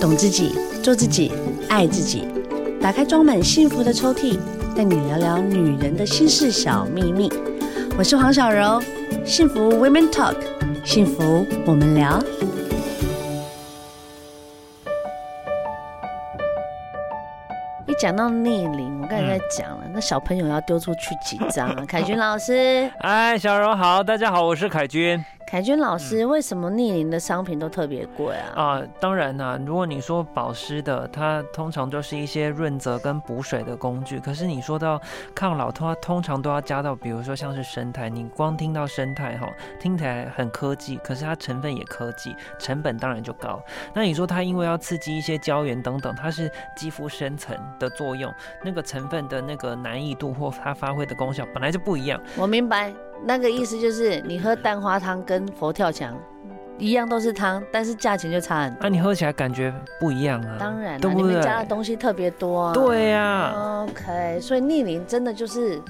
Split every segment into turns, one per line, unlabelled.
懂自己，做自己，爱自己。打开装满幸福的抽屉，带你聊聊女人的心事小秘密。我是黄小柔，幸福 Women Talk，幸福我们聊。一讲到逆龄，我刚才在讲了，那小朋友要丢出去几张啊？凯军老师，
哎，小柔好，大家好，我是凯军
凯军老 师，为什么逆龄的商品都特别贵啊？
啊、当然啦、如果你说保湿的，它通常就是一些润泽跟补水的工具。可是你说到抗老，它通常都要加到，比如说像是生态。你光听到生态哈，听起来很科技，可是它成分也科技，成本当然就高。那你说它因为要刺激一些胶原等等，它是肌肤深层的作用，那个成分的那个难易度或它发挥的功效本来就不一样。
我明白，那个意思就是你喝蛋花汤跟佛跳墙一样都是汤，但是价钱就差很多。
那、你喝起来感觉不一样啊，
当然
对
了，
不
你
对？
们加的东西特别多、啊。
对呀、
OK，所以逆龄真的就是，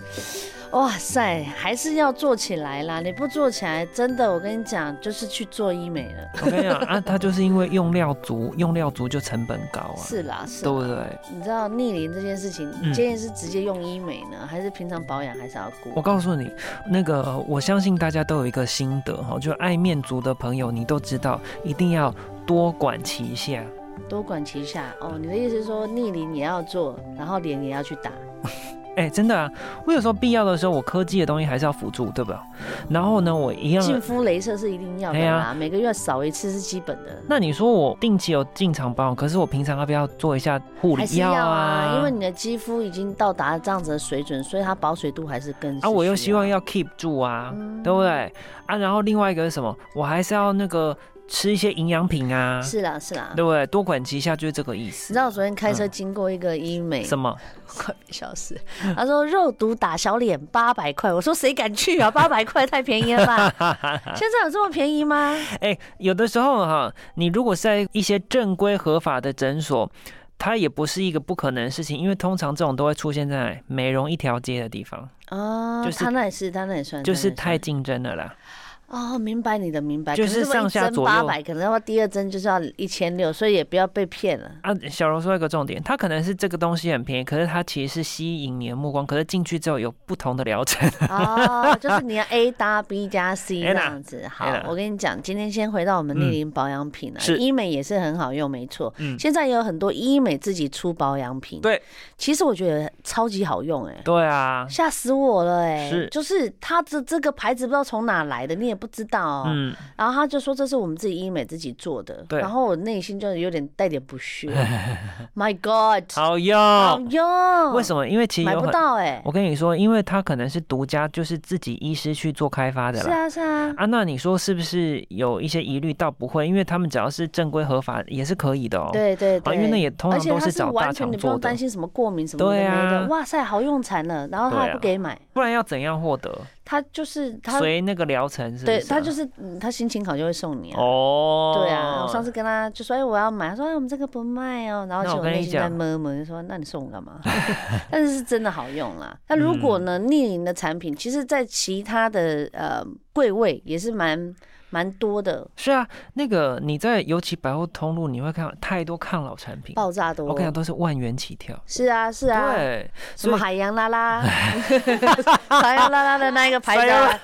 哇塞，还是要做起来啦！你不做起来，真的，我跟你讲，就是去做医美了。
我跟你讲啊，它就是因为用料足，用料足就成本高啊，
是啦，是
对不
啦。
对？
你知道逆龄这件事情，
嗯
你建议是直接用医美呢，还是平常保养还是要
我
顾？
告诉你，那个我相信大家都有一个心得哈，就爱面足的朋友，你都知道一定要多管齐下。
多管齐下哦。你的意思是说逆龄也要做，然后脸也要去打？
哎，真的啊，我有时候必要的时候，我科技的东西还是要辅助，对吧？然后呢，我一样。
净肤镭射是一定要的
哎
啦
呀，
每个月少一次是基本的。
那你说我定期有进场保养，可是我平常要不要做一下护
还
理
是
药
要
啊？
啊，因为你的肌肤已经到达这样子的水准，所以它保水度还是更。
啊，我又希望，要 keep 住啊，
嗯
对不对？啊，然后另外一个是什么？我还是要那个吃一些营养品啊，
是啦是啦。
对不对？多管齐下就是这个意
你
思
知。道我昨天开车经过一个医美，
嗯什么？
快一小时，他说肉毒打小脸八百块，我说谁敢去 啊？八百块太便宜了吧？现在有这么便宜吗？
哎，有的时候哈，你如果是在一些正规合法的诊所。它也不是一个不可能的事情，因为通常这种都会出现在美容一条街的地方，
哦，
就是
他那也嗯是，他那也算，
就是
他那
太
也算
竞争了啦。
哦，明白你的明白，
就是上下左右
八百，可能要第二针就是要一千六，所以也不要被骗了。
啊，小柔说一个重点，它可能是这个东西很便宜，可是它其实是吸引你的目光，可是进去之后有不同的疗程。
哦，就是你要 A 搭 B 加 C 这
Anna，
样子。好
Anna，
我跟你讲，今天先回到我们逆龄保养品啊，
嗯是
医美也是很好用，没错。
嗯
现在也有很多医美自己出保养品，
对，
其实我觉得超级好用、哎。
对啊，
吓死我了哎、
是
就是它这这个牌子不知道从哪来的，你也不知道、哦。
嗯，
然后他就说这是我们自己医美自己做的，
对
然后我内心就有点带点不 屑。My God，
好用。
好用，
哦为什么？因为其实
买
有
不
很，
到哎、
我跟你说，因为它可能是独家，就是自己医师去做开发的
是
啦。
啊是啊，
啊，那你说是不是有一些疑虑？倒不会，因为他们只要是正规合法也是可以的哦。
对对对，
啊，因为那也通
而
常
且
都
它
找大
完全
厂
你不
做
用
的
担，心什么过敏什么的没
对
的，
啊
哇塞，好用惨了。然后他还
对啊
不给买，
不然要怎样获得？
他就是他，
随那个疗程是不是啊？
对他就是、嗯他心情好就会送你啊。
哦，
对啊，我上次跟他就说，哎，我要买，他说，哎，我们这个不卖哦。然后
那
其
我
实我
跟
内
你
心在
讲
闷闷，就说，那你送我干 嘛？但是是真的好用啦。那如果
嗯
呢，逆龄的产品，其实在其他的呃柜位也是蛮蛮多的，
是啊，那个你在尤其百货通路，你会看到太多抗老产品，
爆炸
我
多
跟你。讲都是万元起跳。
是啊，是啊，
对，
什么
所以
海洋拉 拉，海洋拉拉的那一个牌子啊，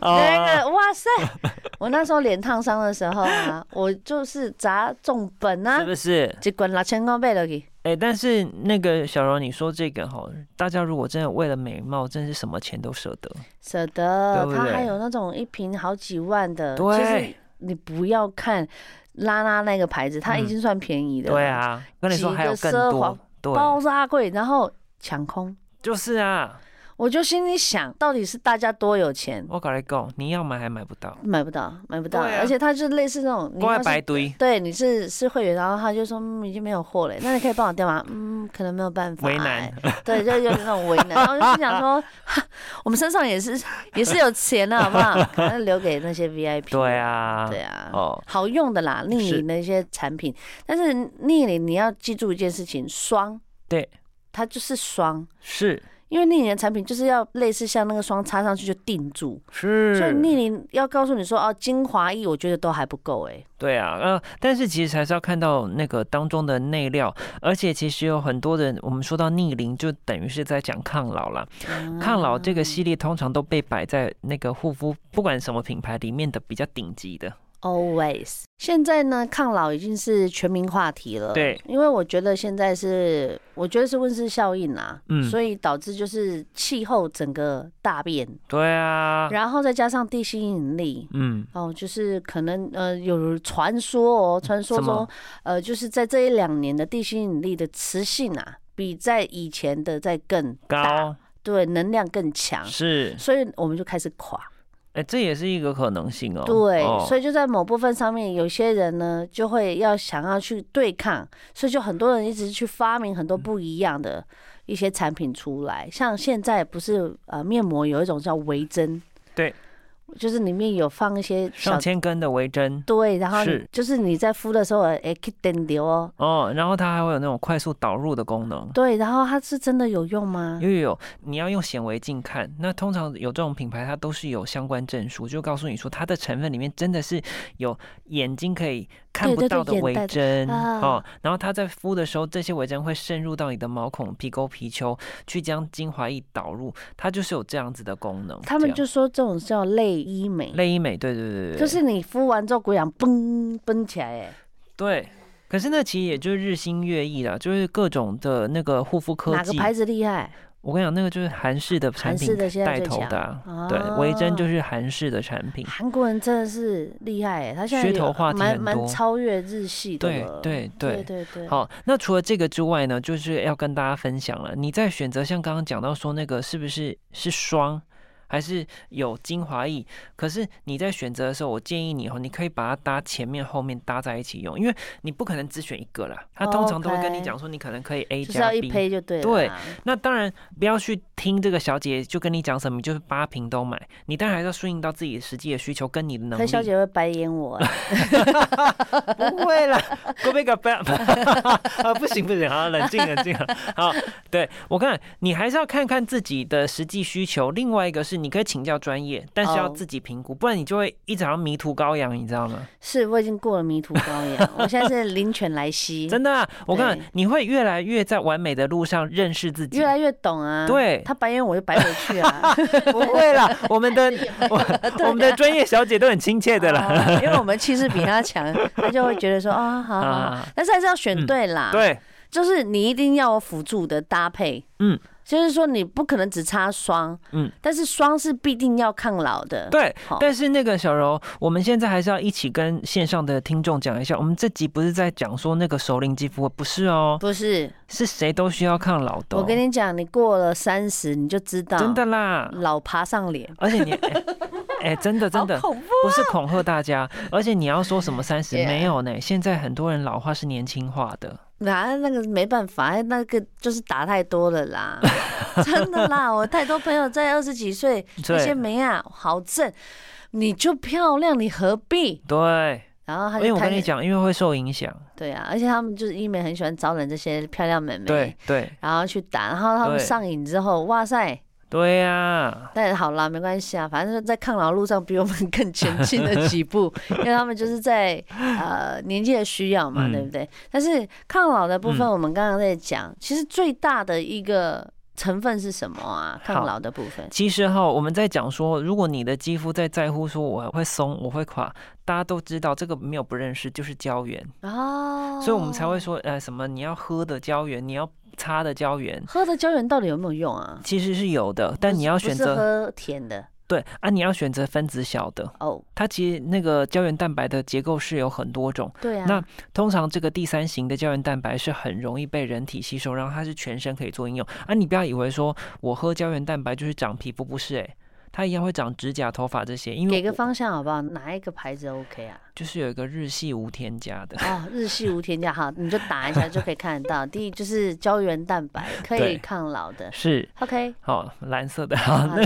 哦
那个哇塞！ 我那时候脸烫伤的时候啊，我就是砸重本啊
是，不是？
一滚六千块买落去。
哎、但是那个小柔，你说这个哈，大家如果真的为了美貌，真是什么钱都舍得。
舍得
对，不
它
对
还有那种一瓶好几万的，
对
其实你不要看拉拉那个牌子，它已经算便宜的，
嗯对，啊，跟你说
几
还
个
有更
奢
多
华，
对，
包扎贵，然后抢空，
就是啊，
我就心里想，到底是大家多有钱，
我搞来讲，你要买还买不到，
买不到，买不到，
对啊
而且它就类似那种，你
都在
要
白
是
堆，
对你是是会员，然后他就说、嗯、已经没有货了，那你可以帮我调吗？嗯，可能没有办法、
为难
哎， 对，就有点那种为难，然后我就心想说， 哈我们身上也是也是有钱啊的，好不 好？可能留给那些 VIP，
对啊，
对啊，
哦，
好用的啦，逆龄的一些产品。但是逆龄你要记住一件事情，霜，
对，
它就是霜，
是
因为逆龄的产品就是要类似像那个霜擦上去就定住，
是
所以逆龄要告诉你说哦，精华液我觉得都还不够哎、
对啊，呃，但是其实还是要看到那个当中的内料，而且其实有很多人，我们说到逆龄，就等于是在讲抗老啦。
嗯
抗老这个系列通常都被摆在那个护肤，不管什么品牌里面的比较顶级的。
Always，现在呢，抗老已经是全民话题了。
对，
因为我觉得现在是，我觉得是温室效应啊，
嗯
所以导致就是气候整个大变，
对啊，
然后再加上地心引力。
嗯，
哦，就是可能呃有传说哦，传说
什么
中呃就是在这一两年的地心引力的磁性啊，比在以前的在更大，
高
对，能量更强，
是，
所以我们就开始垮。
哎、这也是一个可能性哦。
对，
哦
所以就在某部分上面，有些人呢就会要想要去对抗，所以就很多人一直去发明很多
嗯
不一样的一些产品出来。像现在不是呃面膜有一种叫微针，
对，
就是里面有放一些小
上千根的微针
对，然后
是
就是你在敷的时候，哎，可以等流哦。
哦，然后它还会有那种快速导入的功能。
对，然后它是真的有用吗？
啊有有有，你要用显微镜看。那通常有这种品牌，它都是有相关证书，就告诉你说它的成分里面真的是有眼睛可以看
对
不
对对
到的
眼
微
袋的
针
啊
哦。然后它在敷的时候，这些微针会渗入到你的毛孔、皮沟、皮丘，去将精华液导入，它就是有这样子的功能。
他
这
们
样
就说这种叫类医美，
类医美，对对对对，
就
对
是你敷完之后，果然嘣嘣起来，哎，
对。可是那其实也就是日新月异啦，就是各种的那个护肤科
哪个
技。
牌子厉害？
我跟你讲，那个就是韩式的产
韩
品
式的现在
带
最
头
强
的、啊，
啊
对，维珍就是韩式的产品。
韩国人真的是厉害欸，他现在
噱头
有
话题
蛮
很
蛮
多
超越日系的
对
了。
对
对
对。
对对，
好，那除了这个之外呢，就是要跟大家分享了。你在选择像刚刚讲到说那个是不是是霜，还是有精华液？可是你在选择的时候，我建议你哦，你可以把它搭前面后面搭在一起用，因为你不可能只选一个啦。它通常都会跟你
OK
讲说你可能可以 A
就是要
加
一
B，
胚就对了。
对，那当然不要去听这个小姐就跟你讲什么，你就是八瓶都买。你当然还是要顺应到自己实际的需求跟你的能
裴
力。
小姐会白眼我欸，
不会啦，go big or bad 啊，不行不行，好冷静冷静啊。 好，对我看你还是要看看自己的实际需求。另外一个是你可以请教专业，但是要
哦
自己评估，不然你就会一直好像迷途羔羊，你知道吗？
是我已经过了迷途羔羊，我现在是灵犬莱西，
真的啊、我看
对
你会越来越在完美的路上认识自己
越。来越懂啊。，
对，
他白眼我就白回去 啊。
不会啦，啊我们 的我我们的专业小姐都很亲切的啦。
哦因为我们气势比他强，他就会觉得说啊，好好好，
啊，
但是还是要选
嗯
对啦。，
对，
就是你一定要有辅助的搭配。
嗯。
就是说，你不可能只擦霜，
嗯
嗯，但是霜是必定要抗老的，
对
好，
但是那个小柔，我们现在还是要一起跟线上的听众讲一下，我们这集不是在讲说那个熟龄肌肤，不是哦，
不是，
是谁都需要抗老的哦、
我跟你嗯讲，你过了三十，你就知道
真的啦，
老爬上脸，
而且你，哎、哎真的真的
好恐怖。
不是恐吓大家，而且你要说什么三十
Yeah
没有呢？现在很多人老化是年轻化的，
啊那那个没办法，那个就是打太多了 啦，真的啦，我太多朋友在二十几岁，那些
对
没啊，好正，你就漂亮，你何必？
对，
然后他就
因为我
开
跟你
始，
讲，因为会受影响，
对啊，而且他们就是医美很喜欢招揽这些漂亮美眉，
对对
然后去打，然后他们
对
上瘾之后，哇塞，
对呀、
但好啦，没关系啊，反正就在抗老路上比我们更前进了几 步，因为他们就是在呃年纪的需要嘛，
嗯
对不对？但是抗老的部分，我们刚刚在讲，其实最大的一个成分是什么啊？
好
抗老的部分，
其实哈，我们在讲说，如果你的肌肤在在乎说我会松，我会垮，大家都知道这个没有不认识，就是胶原，
哦，
所以我们才会说，呃，什么你要喝的胶原，你要擦的胶原，
喝的胶原到底有没有用啊？
其实是有的，但你要选
不是
择
喝甜的
对啊，你要选择分子小的。
哦，
它其实那个胶原蛋白的结构是有很多种，
对啊，
那通常这个第三型的胶原蛋白是很容易被人体吸收，然后它是全身可以做应用啊。你不要以为说我喝胶原蛋白就是长皮肤，不是诶、它一样会长指甲、头发这些，因为
给个
我
方向好不好？哪一个牌子 OK 啊？
就是有一个日系无添加 的，
哦，日系无添加，好，你就打一下就可以看得到。第一就是胶原蛋白可以
对啊
抗老的
是
，OK。
好蓝色的。好
好
那
等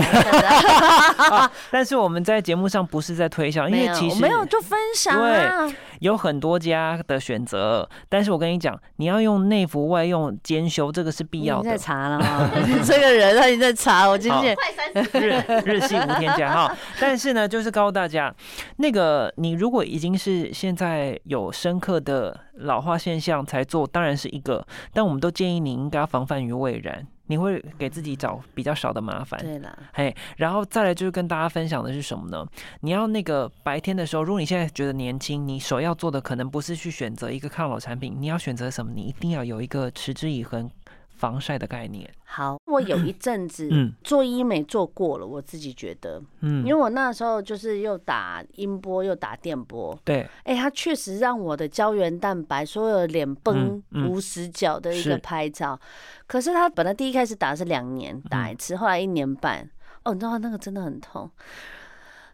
等等
但是我们在节目上不是在推销，因
没
为
有，
其
我
实
没有就分享啊，
有很多家的选择，但是我跟你讲，你要用内服外用兼修，这个是必
你
要
已经在
的。
查 了哈，这个人他已经在查，我今
好
天
快三十
日日系无添加 哈，但是呢，就是告诉大家，那个你如果已经是现在有深刻的老化现象才做，当然是一个，但我们都建议你应该要防范于未然，你会给自己找比较少的麻烦。
对啦，
嘿，然后再来就是跟大家分享的是什么呢？你要那个白天的时候，如果你现在觉得年轻，你首要做的可能不是去选择一个抗老产品，你要选择什么？你一定要有一个持之以恒防晒的概念。
好，我有一阵子
嗯
做医美做过了，我自己觉得，
嗯，
因为我那时候就是又打音波又打电波，
对
哎、它确实让我的胶原蛋白所有脸崩
嗯嗯
无死角的一
是
个拍照。可是它本来第一开始打是两
嗯
年打一次，后来一年半，哦，你知道那个真的很痛。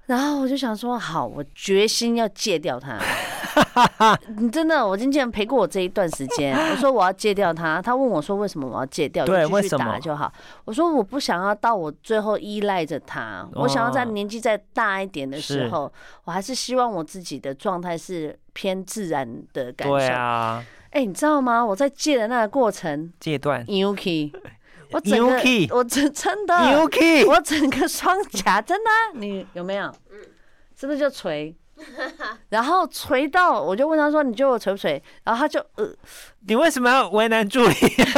然后我就想说，好，我决心要戒掉 它。你真的，我经纪人陪过我这一段时间，我说我要戒掉它，他问我说为什么我要戒掉，
对
就
为
继续
什
打
么
就好。我说我不想要到我最后依赖着它，我想要在
哦
年纪再大一点的时
是
候，我还是希望我自己的状态是偏自然的感受。
对啊，
哎、你知道吗？我在戒的那个过 程
戒断。
，Yuki，我 整个
Yuki
我真真的
Yuki，
我整个双颊真的啊、你有没有？真的就垂。然后垂到，我就问他说：“你觉得我垂不垂？”然后他就呃
你为什么要为难助理？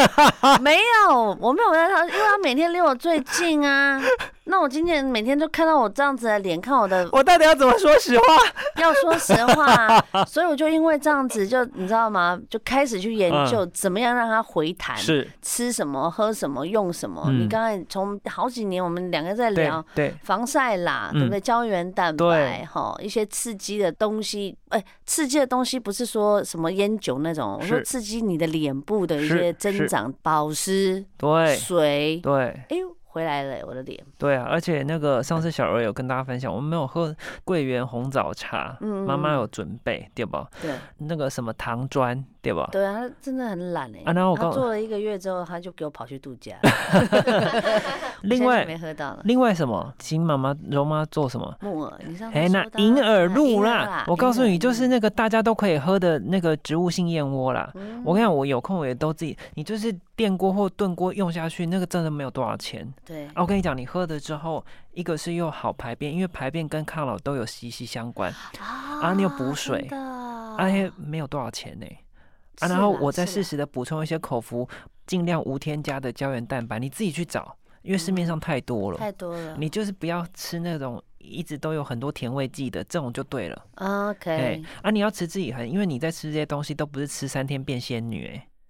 没有，我没有问他，因为他每天离我最近 啊。那我今天每天都看到我这样子的脸，看我的
我到底要怎么说实话？
要说实话，所以我就因为这样子就，你知道吗？就开始去研究怎么样让它回弹，
嗯是，
吃什么、喝什么、用什么。
嗯
你刚才从好几年我们两个在
对
聊
对，
防晒啦，
嗯
对不对？胶原蛋白
对
哈，一些刺激的东西，哎、刺激的东西不是说什么烟酒那种，我
是
说刺激你的脸部的一
是
些
是
增长，保湿、
对
水，
对
哎呦，回来了我的脸，
对啊！而且那个上次小娥有跟大家分享，我们没有喝桂圆红枣茶，
嗯
妈妈有准备对吧？
对
那个什么糖砖对吧？
对啊，他真的很懒哎、
啊然后我
他
告
做了一个月之后，他就给我跑去度 假了。
另
现在
外
就没喝到了。
另外什么，请妈妈柔妈做什么？
木耳，你上次
哎，那
说的啊
银耳
银
露
耳
啦，我告诉你，
嗯
就是那个大家都可以喝的那个植物性燕窝啦。
嗯
我跟你讲，我有空我也都自己，你就是电锅或炖锅用下去，那个真的没有多少钱。
对
啊，我跟你讲，你喝了之后，一个是又好排便，因为排便跟抗老都有息息相关，
啊
你有补水而且、
哎，
没有多少钱呢、
是
啊，然后
啦
我再
是
适
啦
时的补充一些口服，尽量无添加的胶原蛋白，你自己去找，因为市面上太多了。
嗯太多了。
你就是不要吃那种一直都有很多甜味剂的这种就对了。哎
OK，、
啊，你要持之以恒，因为你在吃这些东西都不是吃三天变仙女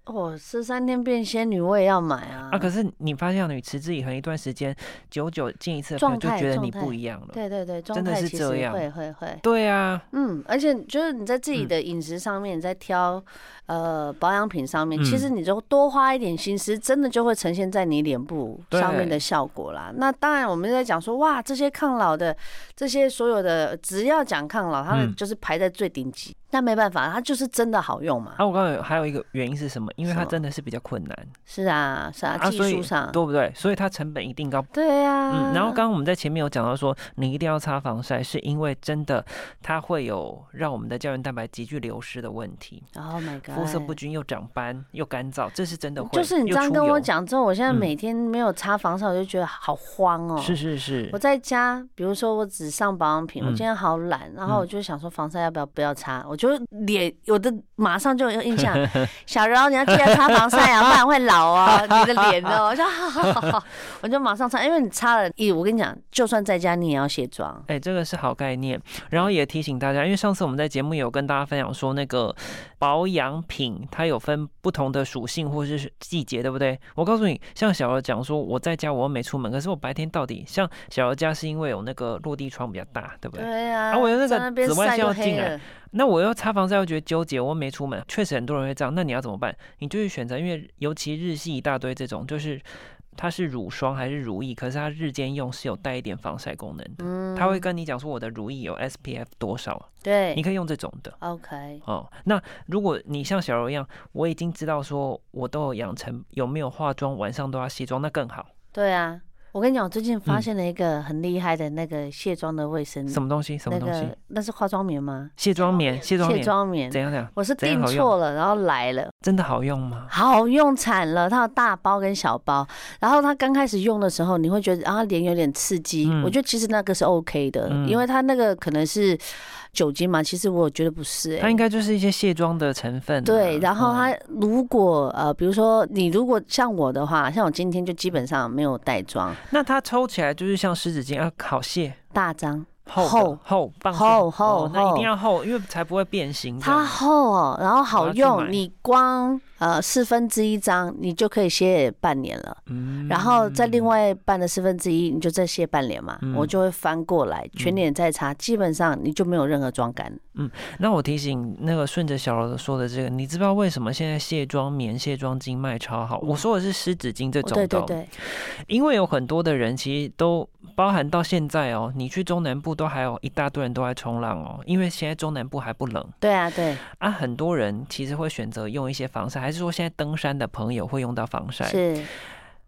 哎、
我十哦三天变仙女，我也要买啊。
啊，可是你发现你持之以恒一段时间，久久见一次的朋友就
状态
觉得你
状态
不一样了。
对对对，状
真的
态
是
其
这
实
样
会会会。
对啊，
嗯，而且就是你在自己
嗯
的饮食上面，你在挑呃保养品上面，其
嗯
实你就多花一点心思，真的就会呈现在你脸部上面的
对
效果啦。那当然，我们在讲说哇，这些抗老的，这些所有的，只要讲抗老，它们
嗯
就是排在最顶级。但没办法，它就是真的好用嘛。
啊，我告诉你，还有一个原因是什么？因为
什
它
么
真的是比较困难
是啊，是啊，
啊，
技
所以
术上，
对不对？所以它成本一定高。
对啊。
嗯，然后刚刚我们在前面有讲到说，你一定要擦防晒，是因为真的它会有让我们的胶原蛋白急剧流失的问题，
Oh my god，
肤色不均又长斑又干燥，这是真的会。
就是你
又
这样
出
跟我
油，
讲之后，我现在
嗯
每天没有擦防晒，我就觉得好慌哦。
是是是
我，在家，比如说我只上保养品，我
嗯
今天好懒，然后我就想说防晒要不要不要擦，我就脸有的马上就有印 象，小柔你要记得擦防晒啊，不然会老啊，你的脸哦， 我说好好好好，我就马上擦，因为你擦了，咦，我跟你讲，就算在家你也要卸妆，
哎、这个是好概念。然后也提醒大家，因为上次我们在节目有跟大家分享说，那个保养品它有分不同的属性或是季节，对不对？我告诉你，像小柔讲说，我在家我又没出门，可是我白天到底像小柔家是因为有那个落地窗比较大，对不对？
对啊，
啊我有那个
在那边
紫外
晒
线
就
要进
黑
来
了，
那我要擦防晒又觉得纠结，我又没出门，确实很多人会这样。那你要怎么办？你就去选择，因为尤其日系一大堆这种，就是它是乳霜还是乳液，可是它日间用是有带一点防晒功能的。
嗯
它会跟你讲说我的乳液有 SPF 多少，你
对
可以用这种的。
，OK，
哦，那如果你像小柔一样，我已经知道说我都有养成有没有化妆，晚上都要卸妆，那更好。
对啊，我跟你讲，我最近发现了一个很厉害的那个卸妆的卫生，
嗯什么东西？什么
嗯那
东西？
个那是化妆棉吗？
卸妆棉，卸妆
卸
棉，
妆棉，
怎样怎样？
我是
怎样
订
好用
错了，然后来了。
真的好用吗？
好用惨了，它有大包跟小包。然后它刚开始用的时候，你会觉得啊脸有点刺激。
嗯
我觉得其实那个是 OK 的，
嗯
因为它那个可能是酒精嘛，其实我觉得不是、欸。
它应该就是一些卸妆的成分啊、
对，然后
嗯
它如果呃，比如说你如果像我的话，像我今天就基本上没有带妆，
那它抽起来就是像湿纸巾啊，好卸
大张，
厚的
厚
厚棒子
厚厚
哦那一
厚
定要厚，因为才不会变形这样。
它厚哦，然后
我
好
要去买
用，你光呃四分之一张你就可以卸半年了。
嗯
然后再另外半的四分之一，你就再卸半脸嘛，
嗯
我就会翻过来，全脸再擦，基本上你就没有任何妆感。
那我提醒那个顺着小柔说的这个，你知不知道为什么现在卸妆棉、卸妆巾卖超好？我说的是湿纸巾这种的、
嗯对对对，
因为有很多的人其实都包含到现在哦，你去中南部都还有一大堆人都在冲浪哦，因为现在中南部还不冷
对啊对，
啊，很多人其实会选择用一些防晒，还是说现在登山的朋友会用到防晒？
是，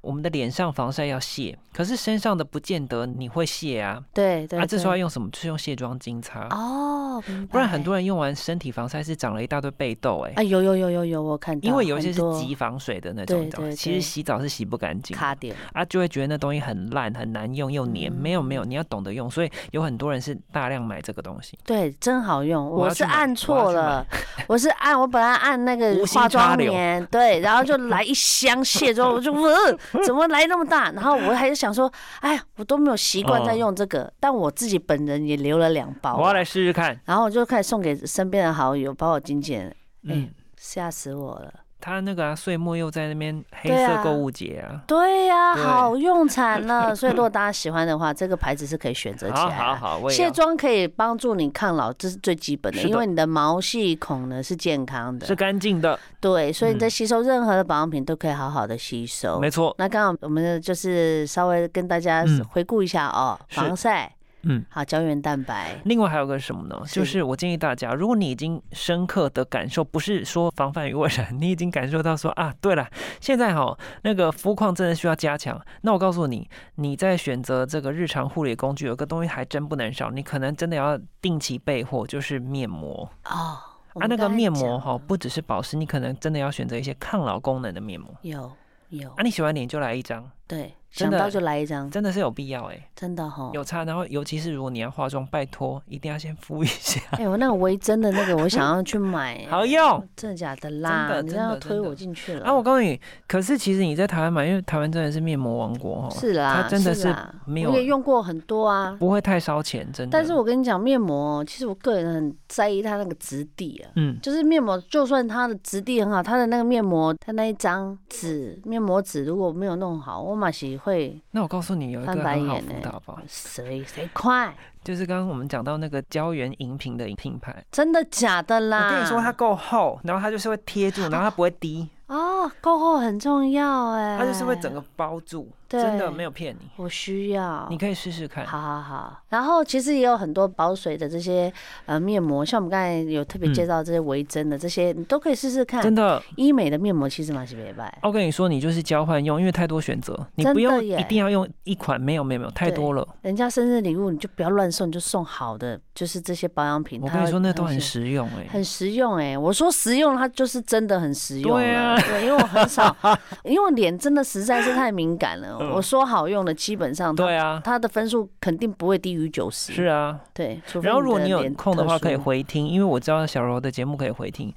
我们的脸上防晒要卸，可是身上的不见得你会卸啊，
对对。
啊，这时候要
对
用什么？就是用卸妆巾擦，
哦，明白
不然很多人用完身体防晒是长了一大堆背痘哎、
啊有有有有有，我看到，
因为有一些是
很多
急防水的那种，
对
你知道
对
吗
对
其实洗澡是洗不干净的，
卡嗯点，
啊，就会觉得那东西很烂、很难用又黏。没有没有，你要懂得用，所以有很多人是大量买这个东西。
对，真好用。
我要
我
去
是
买
按错了，我是按 我本来按那个
无心
化
插
妆
柳
棉，对，然后就来一箱卸妆， 我就呃，怎么来那么大？然后我还是想说，哎呀，我都没有习惯在
嗯
用这个，但我自己本人也留了两包。
我要来试试看。
然后我就开始送给身边的好友，包括经纪人，
嗯
哎，吓死我了！
他那个啊，岁末又在那边黑
对
色
啊
购物节啊。
对呀、
对
好用惨 了。所以如果大家喜欢的话，这个牌子是可以选择起
好
来
好
的。
好，我也
卸
要
妆可以帮助你抗老，这是最基本的，
是的
因为你的毛细孔呢是健康
是
的，
干净的，
对，所以你
嗯
在吸收任何的保养品都可以好好的吸收
没。错。
那刚好我们就是稍微跟大家
嗯
回顾一下哦，
是
防晒，
嗯，
好胶原蛋白，
另外还有个什么呢？
是
就是我建议大家，如果你已经深刻的感受，不是说防范于未然，你已经感受到说啊，对了，现在哈那个肤况真的需要加强。那我告诉你，你在选择这个日常护理工具，有个东西还真不能少，你可能真的要定期备货，就是面膜
哦，我
啊。
们
那个
刚才
面膜
讲
哈，不只是保湿，你可能真的要选择一些抗老功能的面膜
有有
啊。，你喜欢脸就来一张，
对，
真
想
的
到就来一张，
真的是有必要哎、
真的哈，
有差。然后尤其是如果你要化妆，拜托一定要先敷一下，
哎、我那个维珍的那个，我想要去买、
好用。
真的假的啦？
真的
你这
真的
样推
真的
我进去了。
啊，我告诉你，可是其实你在台湾买，因为台湾真的是面膜王国哦，
是啦，
它真的是
啦
没有
我也用过很多啊。
不会太烧钱，真的。
但是我跟你讲，面膜其实我个人很在意它那个质地啊。
嗯，
就是面膜，就算它的质地很好，它的那个面膜，它那一张纸面膜纸如果没有弄好，我马喜会
那我告诉你有一个
翻白
很好
眼
辅
欸
导吧，
谁谁快，
就是刚刚我们讲到那个胶原饮品的品牌，
真的假的啦？
我跟你说它够厚，然后它就是会贴住，然后它不会 滴，
哦，够厚很重要哎、
它就是会整，个包住，
对
真的没有骗你，
我需要，
你可以试试看。
好好好，然后其实也有很多保水的这些呃面膜，像我们刚才有特别介绍这些呃维珍的这些，你都可以试试看。
嗯真
的，
的，
医美的面膜其实蛮是别拜。
我跟你说，你就是交换用，因为太多选择，你
真
不
的
用
耶
一定要用一款，没有没有没有，太
对
多了。
人家生日礼物你就不要乱送，你就送好的，就是这些保养品。
我
它
跟你
会
说，那都很
是
实用哎、
很实用哎、我说实用，它就是真的很实用了。
对啊
对因为我很 少，因为我脸真的实在是太敏感了。我说好用的，基本上它
嗯对啊，
它的分数肯定不会低于九十。
是啊，
对，除非
然后如果
的
你有
脸
空的
特
话，可以
殊
回听，因为我知道小柔的节目可以回听。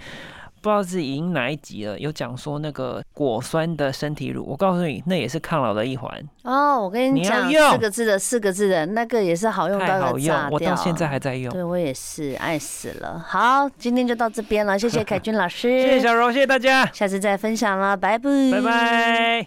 不知道是已经哪一集了，有讲说那个果酸的身体乳，我告诉你，那也是抗老的一环，
哦，我跟
你
你
要
讲，
用
四个字的，四个字的那个也是好用到一
太好
个炸
用，我
掉啊
到现在还在用。
对我也是爱死了。好，今天就到这边了，谢谢凯君老师，
谢谢小柔，谢谢大家，
下次再分享了，拜拜，
拜。拜。